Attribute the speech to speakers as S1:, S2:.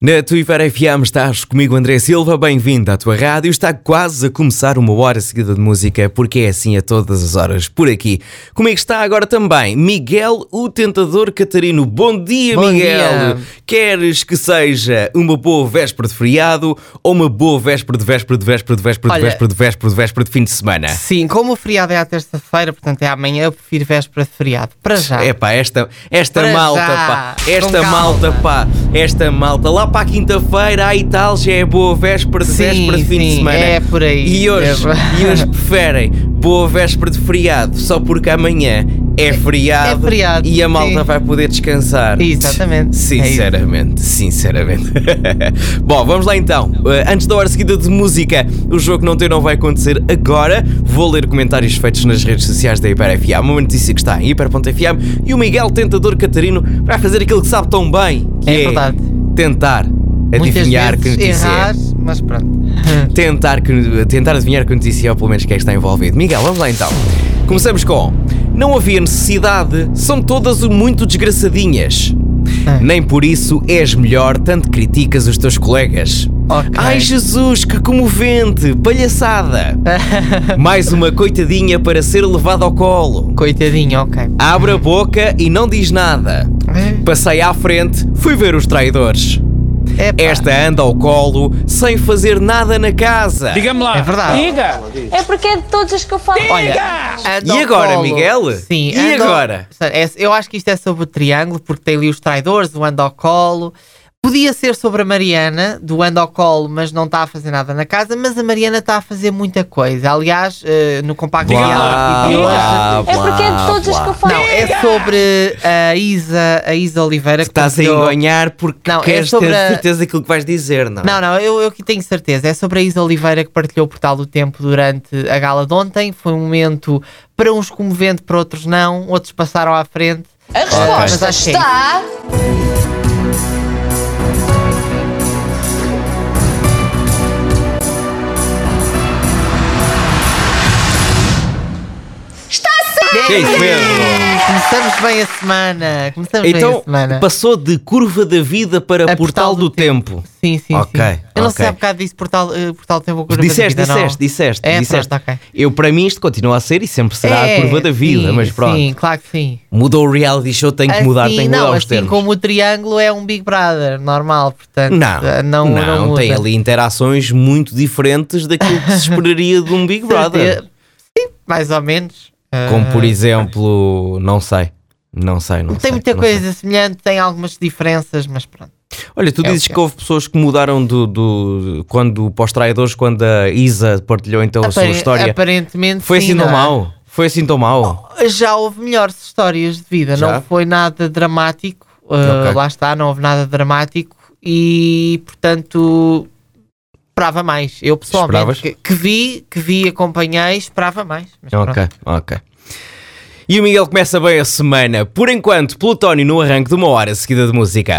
S1: Na Twitter FM estás comigo André Silva, bem-vindo à tua rádio. Está quase a começar uma hora seguida de música, porque é assim a todas as horas por aqui. Comigo está agora também Miguel, o Tentador Catarino. Bom dia,
S2: Bom
S1: Miguel!
S2: dia.
S1: Queres que seja uma boa véspera de feriado ou uma boa véspera de véspera de véspera de véspera de
S2: Olha-
S1: véspera de véspera de véspera de fim de semana?
S2: Sim, como o feriado é à terça-feira, portanto é amanhã, eu prefiro véspera de feriado. Para já.
S1: É pá, esta, esta
S2: Para
S1: malta,
S2: já,
S1: pá.
S2: com
S1: Esta
S2: calma.
S1: malta, pá. Esta malta. Lá para a quinta-feira, aí tal, já é boa véspera de
S2: Sim,
S1: véspera de fim de
S2: sim,
S1: semana.
S2: é por aí
S1: E hoje,
S2: mesmo.
S1: e hoje preferem boa véspera de feriado, só porque amanhã é feriado,
S2: é feriado,
S1: e a malta
S2: sim.
S1: vai poder descansar.
S2: Exatamente, é isso.
S1: Sinceramente, sinceramente. Bom, vamos lá então. Eh, Antes da hora seguida de música, o jogo não tem não vai acontecer agora. Vou ler comentários feitos nas redes sociais da Hiper FM, uma notícia que está em hiper.fm e o Miguel Tentador Catarino vai fazer aquilo que sabe tão bem, que
S2: É verdade.
S1: tentar
S2: Muitas
S1: adivinhar que
S2: vezes
S1: notícia é.
S2: errar, mas pronto.
S1: tentar, que- tentar adivinhar que notícia é, ou pelo menos quem está envolvido. Miguel, vamos lá então. Começamos com: Não havia necessidade, são todas muito desgraçadinhas.
S2: Ah.
S1: Nem por isso és melhor, tanto criticas os teus colegas.
S2: Ok.
S1: Ai Jesus, que comovente! Palhaçada! Mais uma coitadinha para ser levada ao colo.
S2: Coitadinho, ok.
S1: Abre a boca e não diz nada. Passei à frente, fui ver os traidores.
S2: Epá,
S1: Esta anda ao colo sem fazer nada na casa.
S3: Diga-me lá.
S2: É verdade.
S3: Diga.
S4: É porque é de todas as que eu falo.
S2: Olha, anda
S1: E
S2: ao
S1: agora,
S2: colo.
S1: Miguel?
S2: Sim,
S1: E
S2: anda ao-
S1: agora?
S2: É- Eu acho que isto é sobre o triângulo, porque tem ali os traidores, o anda ao colo. Podia ser sobre a Mariana, do anda ao colo, mas não está a fazer nada na casa, mas a Mariana está a fazer muita coisa. Aliás, eh, no compacto
S1: Blá,
S2: dela, eu acho-
S1: blá,
S4: É porque é de todas as
S1: blá.
S4: que eu falo.
S2: Não, é sobre a Isa, a Isa Oliveira que
S1: Estás a
S2: partilhou-
S1: enganhar porque
S2: Não, é
S1: queres
S2: sobre
S1: ter
S2: a-
S1: certeza daquilo que vais dizer, não? é?
S2: Não, não, eu, eu que tenho certeza. É sobre a Isa Oliveira que partilhou o portal do tempo durante a gala de ontem. Foi um momento para uns comovente, para outros não. Outros passaram à frente.
S4: A
S2: Mas
S4: resposta
S2: acho que é
S4: está.
S1: Que é isso mesmo?
S2: Começamos bem a semana. Começamos bem
S1: Então,
S2: a semana.
S1: passou de curva da vida para
S2: A
S1: portal, do tempo.
S2: Sim, sim,
S1: Ok,
S2: sim. Eu não
S1: ok.
S2: sei há bocado disse portal, eh, portal do tempo. Curva da
S1: Disseste,
S2: Vida, não.
S1: disseste, disseste,
S2: É,
S1: disseste.
S2: pronto, ok.
S1: Eu, para mim, isto continua a ser e sempre será
S2: É,
S1: a curva da vida,
S2: sim,
S1: mas pronto.
S2: Sim, claro que sim.
S1: Mudou o reality show, tem que mudar,
S2: assim,
S1: tem que
S2: não,
S1: mudar os
S2: assim
S1: termos.
S2: como o triângulo é um Big Brother normal, portanto
S1: Não,
S2: eh, não,
S1: não,
S2: não, muda.
S1: tem ali interações muito diferentes daquilo que se esperaria de um Big Brother.
S2: Sim, mais ou menos. Eh,
S1: Como, por exemplo, não sei. Não sei, não sei,
S2: tem muita
S1: não sei.
S2: coisa semelhante, tem algumas diferenças, mas pronto.
S1: Olha, tu
S2: É o
S1: dizes
S2: que é.
S1: que houve pessoas que mudaram do, do quando para os traidores quando a Isa partilhou então a sua
S2: Apare-
S1: história.
S2: Aparentemente
S1: Foi
S2: é, sim,
S1: assim tão
S2: não é?
S1: mau? Foi assim tão mau?
S2: Já houve melhores histórias de vida,
S1: Já?
S2: não foi nada dramático. eh,
S1: Ok.
S2: Lá está, não houve nada dramático e portanto esperava mais. Eu
S1: Esperavas?
S2: pessoalmente que, que vi, que vi, acompanhei, esperava mais. Mas pronto.
S1: Ok, ok. E o Miguel começa bem a semana. Por enquanto, Plutónio no arranque de uma hora seguida de música.